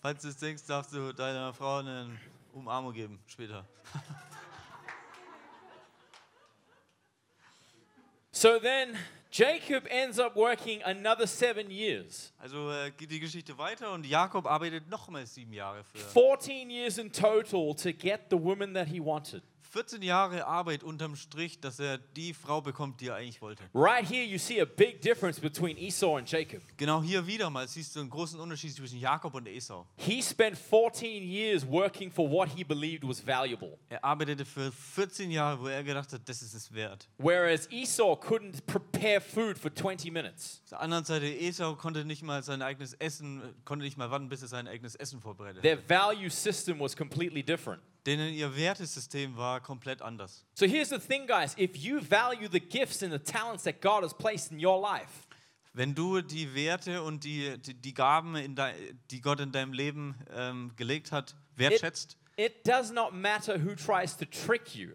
[SPEAKER 3] Falls du es denkst, darfst du deiner Frau eine Umarmung geben, später.
[SPEAKER 2] So then Jacob ends up working another seven years.
[SPEAKER 3] Also äh, geht die Geschichte weiter und Jakob arbeitet nochmal sieben Jahre für
[SPEAKER 2] 14 years in total to get the woman that he wanted.
[SPEAKER 3] 14 Jahre Arbeit unterm Strich, dass er die Frau bekommt, die er eigentlich wollte.
[SPEAKER 2] Right here, you see a big difference between Esau and Jacob.
[SPEAKER 3] Genau hier wieder mal siehst du einen großen Unterschied zwischen Jakob und Esau.
[SPEAKER 2] He spent 14 years working for what he believed was valuable,
[SPEAKER 3] Er arbeitete für 14 Jahre, wo er gedacht hat, das ist es wert.
[SPEAKER 2] whereas Esau couldn't prepare food for 20 minutes.
[SPEAKER 3] Auf der anderen Seite, Esau konnte nicht mal sein eigenes Essen, konnte nicht mal warten, bis er sein eigenes Essen vorbereitet hat.
[SPEAKER 2] Their value system was completely different.
[SPEAKER 3] Denen ihr Wertesystem war komplett anders.
[SPEAKER 2] So here's the thing, guys if you value the gifts and the talents that God has placed in your life,
[SPEAKER 3] Wenn du die Werte und die, die, die Gaben, in dei- die Gott in deinem Leben ähm, gelegt hat, wertschätzt,
[SPEAKER 2] it does not matter who tries to trick you.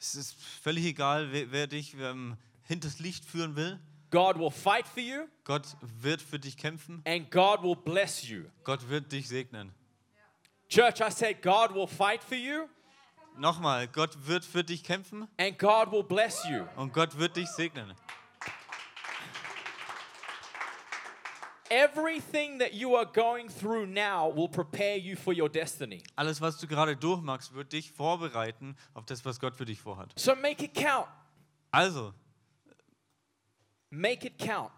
[SPEAKER 3] es ist völlig egal, wer, wer dich ähm, hinters Licht führen will.
[SPEAKER 2] God will fight for you
[SPEAKER 3] Gott wird für dich kämpfen.
[SPEAKER 2] and God will bless you.
[SPEAKER 3] Gott wird dich segnen.
[SPEAKER 2] Church, I said God will fight for you
[SPEAKER 3] Nochmal, Gott wird für dich kämpfen
[SPEAKER 2] and God will bless you.
[SPEAKER 3] und Gott wird dich segnen.
[SPEAKER 2] Everything that you are going through now will prepare you for your destiny.
[SPEAKER 3] Alles, was du gerade durchmachst, wird dich vorbereiten auf das, was Gott für dich vorhat.
[SPEAKER 2] So make it count.
[SPEAKER 3] Also,
[SPEAKER 2] Make it count.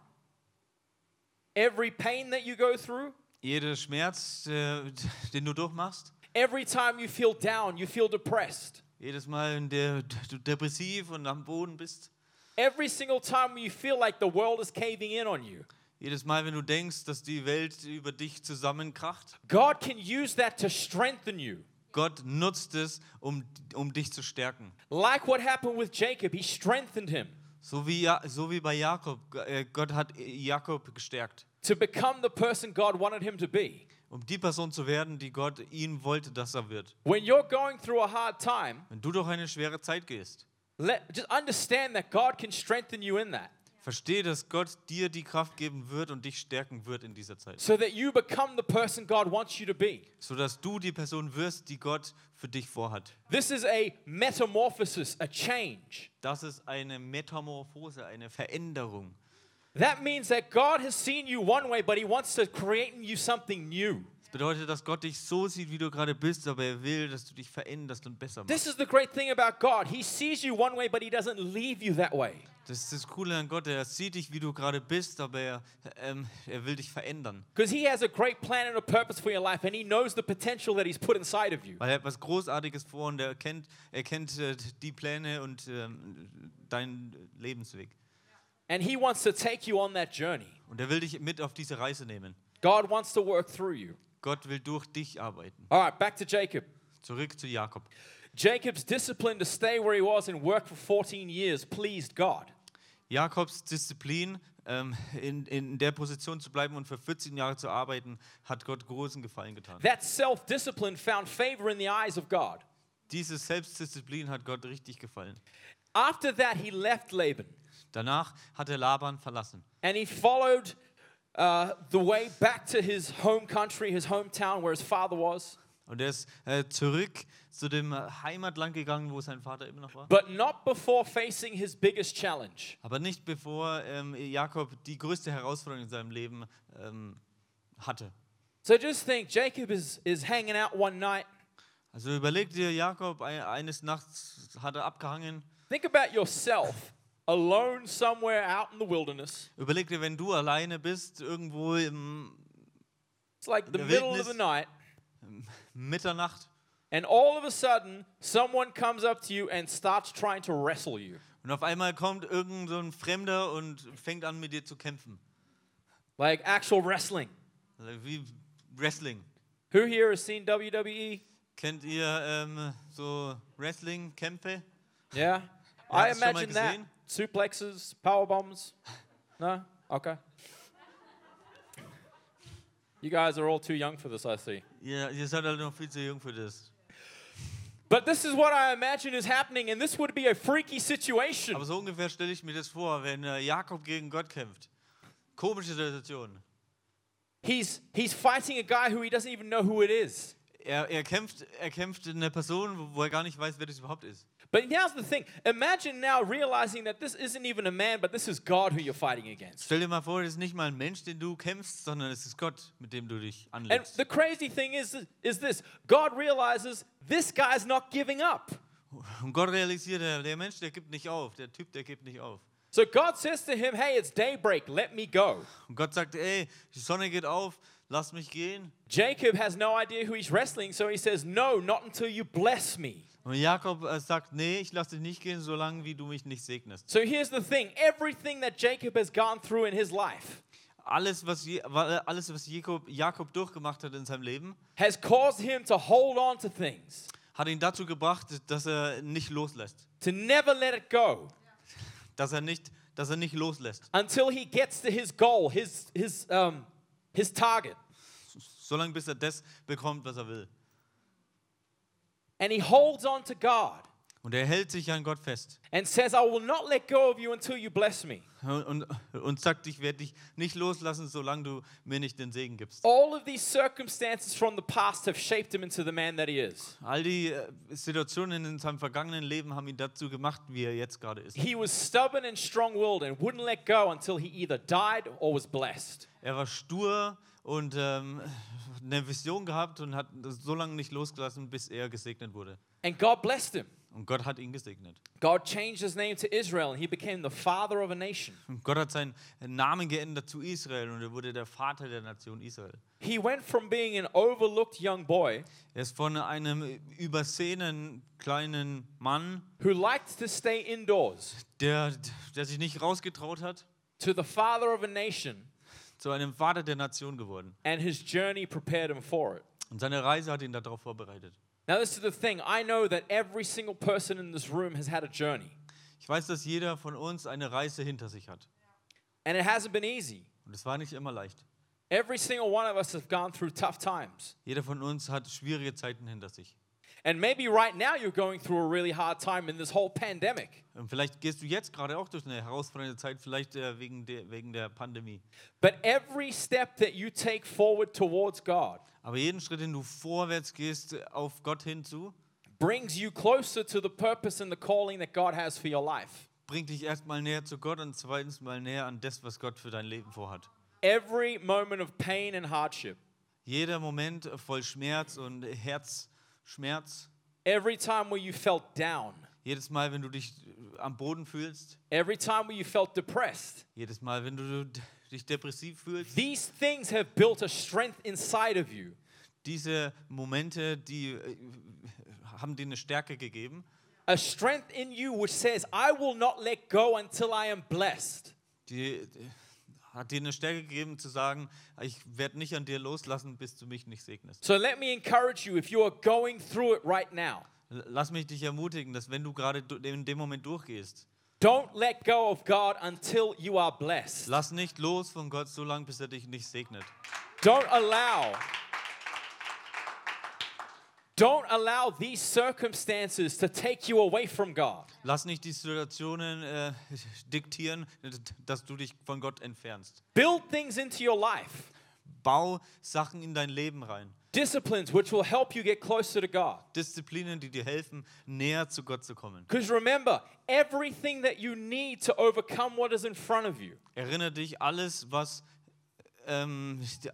[SPEAKER 2] Every pain that you go through,
[SPEAKER 3] jeder Schmerz, äh, den du durchmachst,
[SPEAKER 2] every time you feel down, you feel depressed,
[SPEAKER 3] jedes Mal, in der du depressiv und am Boden bist,
[SPEAKER 2] every single time you feel like the world is caving in on you,
[SPEAKER 3] jedes Mal, wenn du denkst, dass die Welt über dich zusammenkracht,
[SPEAKER 2] God can use that to strengthen you.
[SPEAKER 3] Gott nutzt es, um, um dich zu stärken.
[SPEAKER 2] Like what happened with Jacob, he strengthened him
[SPEAKER 3] So wie, ja, so wie bei Jakob. Äh, Gott hat Jakob gestärkt,
[SPEAKER 2] to become the person God wanted him to be.
[SPEAKER 3] um die Person zu werden, die Gott ihn wollte, dass er wird.
[SPEAKER 2] When you're going through a hard time,
[SPEAKER 3] Wenn du durch eine schwere Zeit gehst,
[SPEAKER 2] let, just understand that God can strengthen you in that.
[SPEAKER 3] verstehe, dass Gott dir die Kraft geben wird und dich stärken wird in dieser Zeit,
[SPEAKER 2] so that you become the person God wants you to be.
[SPEAKER 3] sodass du die Person wirst, die Gott für dich vorhat.
[SPEAKER 2] This is a metamorphosis, a change.
[SPEAKER 3] Das ist eine Metamorphose, eine Veränderung.
[SPEAKER 2] That means that God has seen you one way, but He wants to create in you something new.
[SPEAKER 3] Das bedeutet, dass Gott dich so sieht, wie du gerade bist, aber er will, dass du dich veränderst und besser machst.
[SPEAKER 2] This is the great thing about God. He sees you one way, but He doesn't leave you that way.
[SPEAKER 3] Das ist das Coole an Gott, er sieht dich, wie du gerade bist, aber er, ähm, er will dich verändern.
[SPEAKER 2] Because He has a great plan and a purpose for your life, and He knows the potential that He's put inside of you.
[SPEAKER 3] Weil er hat was Großartiges vor und er kennt, er kennt äh, die Pläne und ähm, deinen Lebensweg.
[SPEAKER 2] And He wants to take you on that journey.
[SPEAKER 3] Und er will dich mit auf diese Reise nehmen.
[SPEAKER 2] God wants to work through you.
[SPEAKER 3] Gott will durch dich arbeiten.
[SPEAKER 2] All right, back to Jacob.
[SPEAKER 3] Zurück zu Jakob.
[SPEAKER 2] Jacob's discipline to stay where he was and work for 14 years pleased God.
[SPEAKER 3] Jakobs Disziplin, ähm, in, in der Position zu bleiben und für 14 Jahre zu arbeiten, hat Gott großen Gefallen getan.
[SPEAKER 2] That self discipline found favor in the eyes of God.
[SPEAKER 3] Diese Selbstdisziplin hat Gott richtig gefallen.
[SPEAKER 2] After that, he left Laban
[SPEAKER 3] Danach hat er Laban verlassen.
[SPEAKER 2] and he followed uh, the way back to his home country, his hometown where his father was,
[SPEAKER 3] Und er ist äh, zurück zu dem äh, Heimatland gegangen, wo sein Vater immer noch war.
[SPEAKER 2] but not before facing his biggest challenge.
[SPEAKER 3] Aber nicht bevor ähm, Jakob die größte Herausforderung in seinem Leben ähm, hatte.
[SPEAKER 2] So just think Jacob is, is hanging out one night.
[SPEAKER 3] Also überleg dir, Jakob, ei- eines Nachts hat er abgehangen.
[SPEAKER 2] Think about yourself alone somewhere out in the wilderness.
[SPEAKER 3] Überleg dir, wenn du alleine bist, irgendwo im
[SPEAKER 2] It's like the
[SPEAKER 3] the
[SPEAKER 2] middle of
[SPEAKER 3] wilderness.
[SPEAKER 2] the night,
[SPEAKER 3] Mitternacht
[SPEAKER 2] and all of a sudden, someone comes up to you and starts trying to wrestle you.
[SPEAKER 3] und auf einmal kommt irgend so ein Fremder und fängt an, mit dir zu kämpfen.
[SPEAKER 2] Like actual wrestling.
[SPEAKER 3] Also Wie Wrestling.
[SPEAKER 2] Who here has seen E? WWE?
[SPEAKER 3] Kennt ihr ähm, so Wrestling-Kämpfe?
[SPEAKER 2] Yeah.
[SPEAKER 3] Ja,
[SPEAKER 2] I
[SPEAKER 3] hast du schon mal
[SPEAKER 2] imagine that. Suplexes, power bombs. No? Okay. You guys are all too young for this, I see.
[SPEAKER 3] Ihr, ihr seid halt noch viel zu jung für das.
[SPEAKER 2] But this is what I imagine is happening, and this would be a freaky situation.
[SPEAKER 3] Aber so ungefähr stelle ich mir das vor, wenn äh, Jakob gegen Gott kämpft. Komische Situation.
[SPEAKER 2] He's he's fighting a guy who he doesn't even know who it is.
[SPEAKER 3] Er, er, kämpft, er kämpft in einer Person, wo- wo er gar nicht weiß, wer das überhaupt ist.
[SPEAKER 2] But now's the thing. Imagine now realizing that this isn't even a man, but this is God who you're fighting against.
[SPEAKER 3] Stell dir mal vor, das ist nicht mal ein Mensch, den du kämpfst, sondern es ist Gott, mit dem du dich
[SPEAKER 2] And
[SPEAKER 3] anlegst.
[SPEAKER 2] the crazy thing is is this. God realizes this guy's not giving up.
[SPEAKER 3] Und Gott realisiert, der der Mensch, der gibt nicht auf, der Typ, der gibt nicht auf.
[SPEAKER 2] So God says to him, Hey, it's daybreak, let me go.
[SPEAKER 3] Und Gott sagt, ey, die Sonne geht auf, lass mich gehen.
[SPEAKER 2] Jacob has no idea who he's wrestling, so he says, No, not until you bless me.
[SPEAKER 3] Und Jakob äh, sagt, nee, ich lasse dich nicht gehen, solange wie du mich nicht segnest.
[SPEAKER 2] So here's the thing everything that Jacob has gone through in his life
[SPEAKER 3] Alles, was, Je- wa- alles, was Jakob, Jakob durchgemacht hat in seinem Leben,
[SPEAKER 2] has caused him to hold on to things,
[SPEAKER 3] hat ihn dazu gebracht, dass er nicht loslässt.
[SPEAKER 2] to never let it go
[SPEAKER 3] Dass er nicht, dass er nicht loslässt.
[SPEAKER 2] until he gets to his goal, his, his, um, his target.
[SPEAKER 3] Solange bis er das bekommt, was er will.
[SPEAKER 2] And he holds on to God
[SPEAKER 3] Und er hält sich an Gott fest.
[SPEAKER 2] and says, I will not let go of you until you bless me.
[SPEAKER 3] und, und sagt, ich werde dich nicht loslassen, solange du mir nicht den Segen gibst.
[SPEAKER 2] All of these circumstances from the past have shaped him into the man that he is.
[SPEAKER 3] All die äh, Situationen in seinem vergangenen Leben haben ihn dazu gemacht, wie er jetzt gerade ist.
[SPEAKER 2] He was stubborn and strong willed and wouldn't let go until he either died or was blessed.
[SPEAKER 3] Er war stur und ähm, eine Vision gehabt und hat das so lange nicht losgelassen, bis er gesegnet wurde.
[SPEAKER 2] And God blessed him.
[SPEAKER 3] Und Gott hat ihn gesegnet.
[SPEAKER 2] God changed his name to Israel and he became the father of a nation.
[SPEAKER 3] Und Gott hat seinen Namen geändert zu Israel und er wurde der Vater der Nation Israel.
[SPEAKER 2] He went from being an overlooked young boy
[SPEAKER 3] Er ist von einem übersehenen kleinen Mann,
[SPEAKER 2] who liked to stay indoors
[SPEAKER 3] der, der sich nicht rausgetraut hat,
[SPEAKER 2] to the father of a nation,
[SPEAKER 3] zu einem Vater der Nation geworden.
[SPEAKER 2] and his journey prepared him for it.
[SPEAKER 3] Und seine Reise hat ihn darauf vorbereitet.
[SPEAKER 2] Now, this is the thing I know that every single person in this room has had a journey,
[SPEAKER 3] Ich weiß, dass jeder von uns eine Reise hinter sich hat.
[SPEAKER 2] and it hasn't been easy.
[SPEAKER 3] Und es war nicht immer leicht.
[SPEAKER 2] Every single one of us have gone through tough times.
[SPEAKER 3] Jeder von uns hat schwierige Zeiten hinter sich.
[SPEAKER 2] And maybe right now you're going through a really hard time in this whole pandemic.
[SPEAKER 3] Und Ähm, vielleicht gehst du jetzt gerade auch durch eine herausfordernde Zeit, vielleicht äh, wegen, der, wegen der Pandemie.
[SPEAKER 2] But every step that you take forward towards God
[SPEAKER 3] Aber jeden Schritt, den du vorwärts gehst, äh, auf Gott hinzu,
[SPEAKER 2] brings you closer to the purpose and the calling that God has for your life.
[SPEAKER 3] bringt dich erstmal näher zu Gott und zweitens mal näher an das, was Gott für dein Leben vorhat.
[SPEAKER 2] Every moment of pain and hardship,
[SPEAKER 3] Jeder Moment voll Schmerz und Herzschmerz,
[SPEAKER 2] every time where you felt down,
[SPEAKER 3] jedes Mal, wenn du dich äh, am Boden fühlst,
[SPEAKER 2] every time where you felt depressed,
[SPEAKER 3] jedes Mal, wenn du d- dich depressiv fühlst,
[SPEAKER 2] these things have built a strength inside of you
[SPEAKER 3] diese Momente, die äh, haben dir eine Stärke gegeben.
[SPEAKER 2] a strength in you which says, I will not let go until I am blessed.
[SPEAKER 3] Die, die hat dir eine Stärke gegeben zu sagen, ich werde nicht an dir loslassen, bis du mich nicht segnest.
[SPEAKER 2] So let me encourage you if you are going through it right now,
[SPEAKER 3] L- Lass mich dich ermutigen, dass wenn du gerade du- in dem Moment durchgehst,
[SPEAKER 2] don't let go of God until you are blessed.
[SPEAKER 3] lass nicht los von Gott so lange, bis er dich nicht segnet.
[SPEAKER 2] Don't allow. Don't allow these circumstances to take you away from God.
[SPEAKER 3] Lass nicht die Situationen äh, diktieren, dass du dich von Gott entfernst.
[SPEAKER 2] Build things into your life,
[SPEAKER 3] Bau Sachen in dein Leben rein.
[SPEAKER 2] disciplines which will help you get closer to God.
[SPEAKER 3] Disziplinen, die dir helfen, näher zu Gott zu kommen.
[SPEAKER 2] Because remember, everything that you need to overcome what is in front of you,
[SPEAKER 3] Erinnere dich, alles, was ähm, die-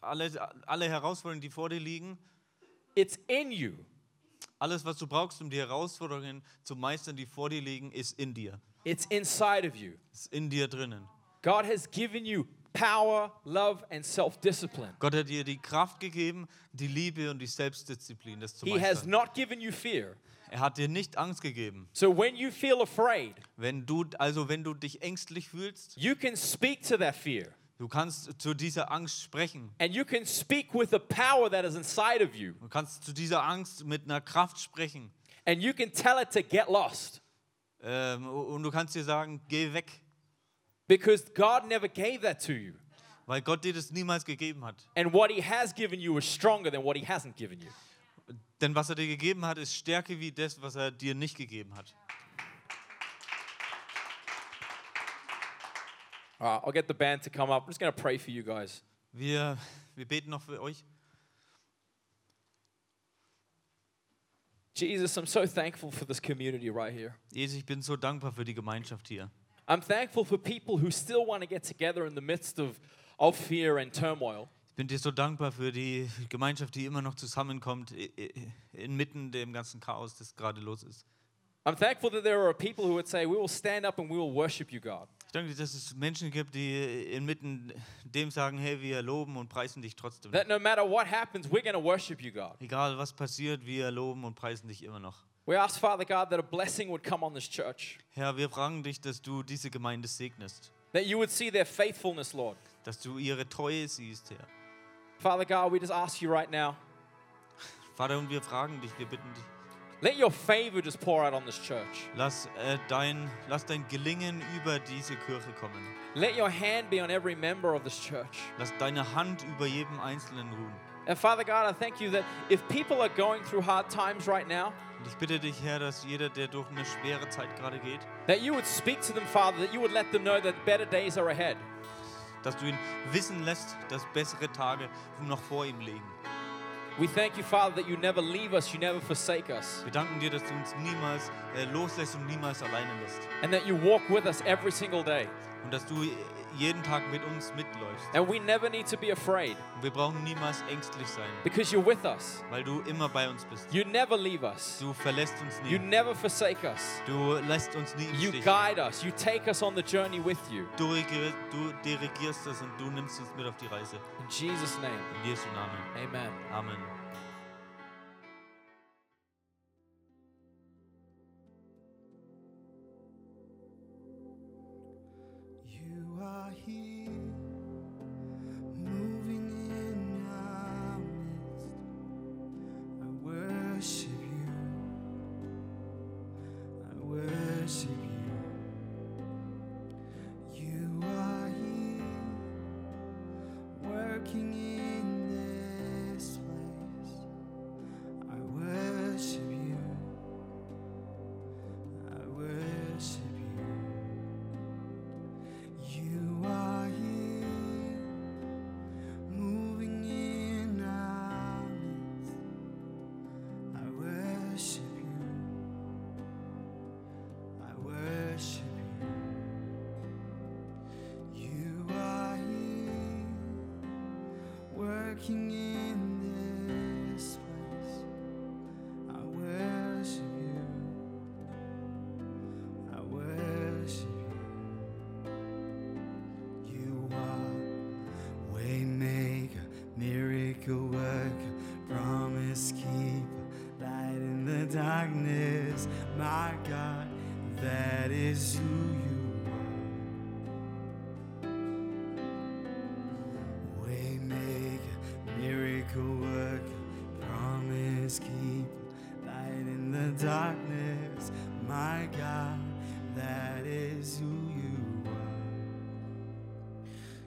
[SPEAKER 3] alle, alle Herausforderungen, die vor dir liegen,
[SPEAKER 2] it's in you.
[SPEAKER 3] alles, was du brauchst, um die Herausforderungen zu meistern, die vor dir liegen, ist in dir.
[SPEAKER 2] It's inside of you.
[SPEAKER 3] Ist in dir drinnen.
[SPEAKER 2] God has given you power, love, and self discipline.
[SPEAKER 3] Gott hat dir die Kraft gegeben, die Liebe und die Selbstdisziplin, das zu
[SPEAKER 2] He has
[SPEAKER 3] meistern.
[SPEAKER 2] not given you fear.
[SPEAKER 3] Er hat dir nicht Angst gegeben.
[SPEAKER 2] So when you feel afraid,
[SPEAKER 3] Wenn du, also wenn du dich ängstlich fühlst,
[SPEAKER 2] you can speak to that fear.
[SPEAKER 3] du kannst zu dieser Angst sprechen.
[SPEAKER 2] And you can speak with the power that is inside of you.
[SPEAKER 3] Du kannst zu dieser Angst mit einer Kraft sprechen.
[SPEAKER 2] And you can tell it to get lost.
[SPEAKER 3] Ähm, und du kannst dir sagen, geh weg,
[SPEAKER 2] Because God never gave that to you.
[SPEAKER 3] weil Gott dir das niemals gegeben hat.
[SPEAKER 2] And what He has given you is stronger than what He hasn't given you.
[SPEAKER 3] Denn was er dir gegeben hat, ist Stärke wie das, was er dir nicht gegeben hat.
[SPEAKER 2] All right, I'll get the band to come up. I'm just going to pray for you guys.
[SPEAKER 3] Wir, wir beten noch für euch.
[SPEAKER 2] Jesus, I'm so thankful for this community right here.
[SPEAKER 3] Jesus, ich bin so dankbar für die Gemeinschaft hier.
[SPEAKER 2] I'm thankful for people who still want to get together in the midst of, of fear and turmoil.
[SPEAKER 3] Ich bin dir so dankbar für die Gemeinschaft, die immer noch zusammenkommt, i- i- inmitten dem ganzen Chaos, das gerade los ist.
[SPEAKER 2] I'm thankful that there are people who would say, We will stand up and we will worship you, God.
[SPEAKER 3] Ich danke dir, dass es Menschen gibt, die inmitten dem sagen, hey, wir loben und preisen dich trotzdem.
[SPEAKER 2] That no matter what happens, we're going to worship you, God.
[SPEAKER 3] Egal was passiert, wir loben und preisen dich immer noch.
[SPEAKER 2] We ask, Father God, that a blessing would come on this church,
[SPEAKER 3] Herr, wir fragen dich, dass du diese Gemeinde segnest,
[SPEAKER 2] that you would see their faithfulness, Lord.
[SPEAKER 3] dass du ihre Treue siehst, Herr.
[SPEAKER 2] Father God, we just ask you right now,
[SPEAKER 3] Vater, und wir fragen dich, wir bitten dich,
[SPEAKER 2] let your favor just pour out on this church.
[SPEAKER 3] lass, äh, dein, lass dein Gelingen über diese Kirche kommen.
[SPEAKER 2] Let your hand be on every member of this church.
[SPEAKER 3] Lass deine Hand über jedem Einzelnen ruhen.
[SPEAKER 2] And Father God, I thank you that if people are going through hard times right now,
[SPEAKER 3] Und ich bitte dich, Herr, dass jeder, der durch eine schwere Zeit gerade geht,
[SPEAKER 2] that you would speak to them, Father, that you would let them know that better days are ahead.
[SPEAKER 3] dass du ihn wissen lässt, dass bessere Tage noch vor ihm liegen.
[SPEAKER 2] We thank you, Father, that you never leave us, you never forsake us,
[SPEAKER 3] Wir danken dir, dass du uns niemals äh, loslässt und niemals alleine lässt.
[SPEAKER 2] and that you walk with us every single day.
[SPEAKER 3] Und dass du jeden Tag mit uns mitläufst.
[SPEAKER 2] And we never need to be afraid
[SPEAKER 3] Und wir brauchen niemals ängstlich sein,
[SPEAKER 2] because you're with us.
[SPEAKER 3] weil du immer bei uns bist.
[SPEAKER 2] You never leave us,
[SPEAKER 3] Du verlässt uns
[SPEAKER 2] you
[SPEAKER 3] nie.
[SPEAKER 2] never forsake us.
[SPEAKER 3] Du lässt uns nie im
[SPEAKER 2] You
[SPEAKER 3] Stich.
[SPEAKER 2] guide us, you take us on the journey with you.
[SPEAKER 3] Du, regi- du dirigierst das und du nimmst uns mit auf die Reise.
[SPEAKER 2] In Jesus' name,
[SPEAKER 3] In Jesu Namen.
[SPEAKER 2] amen.
[SPEAKER 3] Amen.
[SPEAKER 4] You are here, moving in our midst. I worship you. I worship you. You are here, working in this place. I worship you. I worship you. You are here, moving in our midst. I worship you. I worship you. You are here, working in this place. I worship you. I worship you. You are waymaker, miracle worker, promise keeper, light in the darkness. My God, that is who you are. Waymaker, miracle worker, promise keeper, light in the darkness. My God, that is who you are.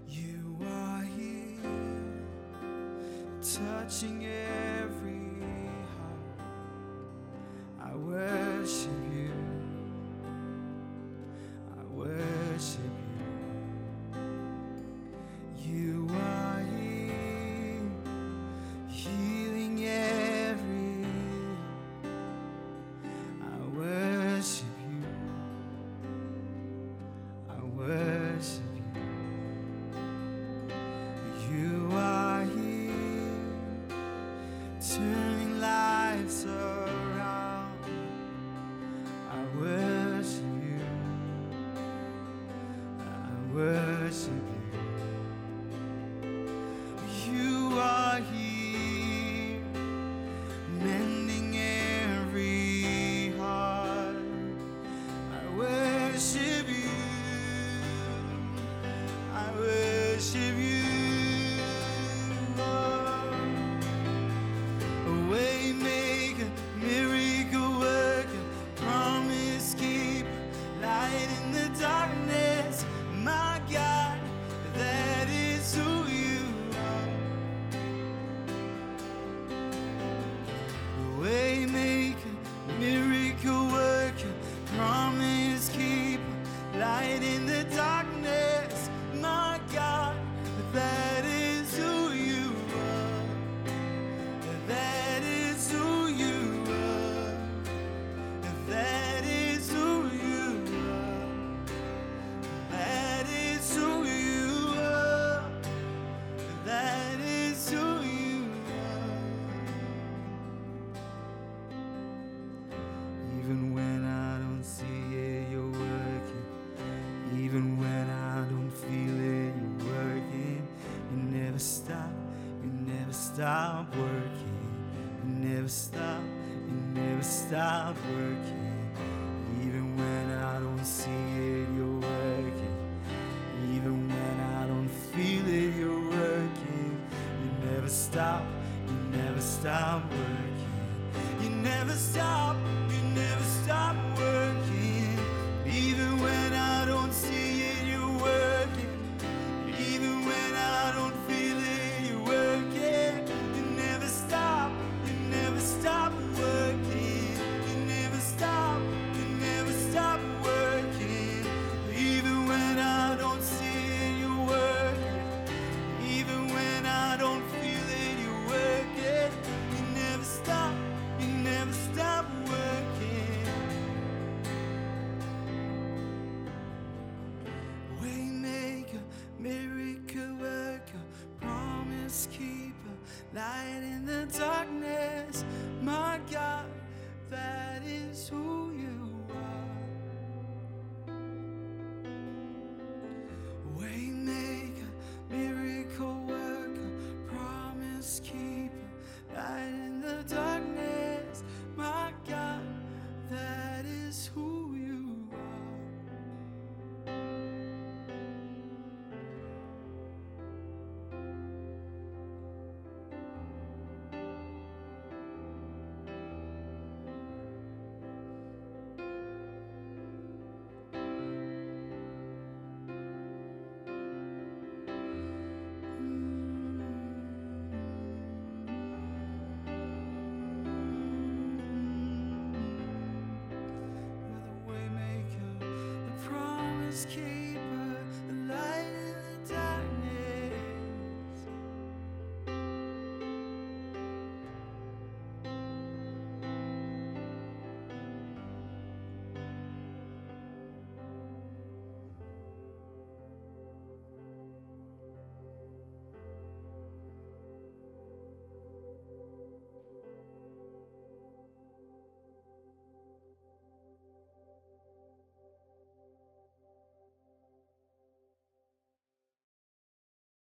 [SPEAKER 4] You are here, touching every heart. I worship you. I worship you. You are here, healing every. heart. I worship you. I worship you. You are here, turning stop working. You never stop. You never stop working. Even when I don't see it, you're working. Even when I don't feel it, you're working. You never stop, you never stop working. You never stop, you never stop working. Even when I don't see it, you're working. Even when I don't feel it, you're working. You never stop, you never stop working. You never stop, you never stop working. Even when I don't see it, you're working. Even when I don't feel it, you work it. You never stop, you never stop working. Waymaker, miracle worker, promise keeper, light in the darkness. My God, that is who you are. Waymaker, miracle worker, promise keeper,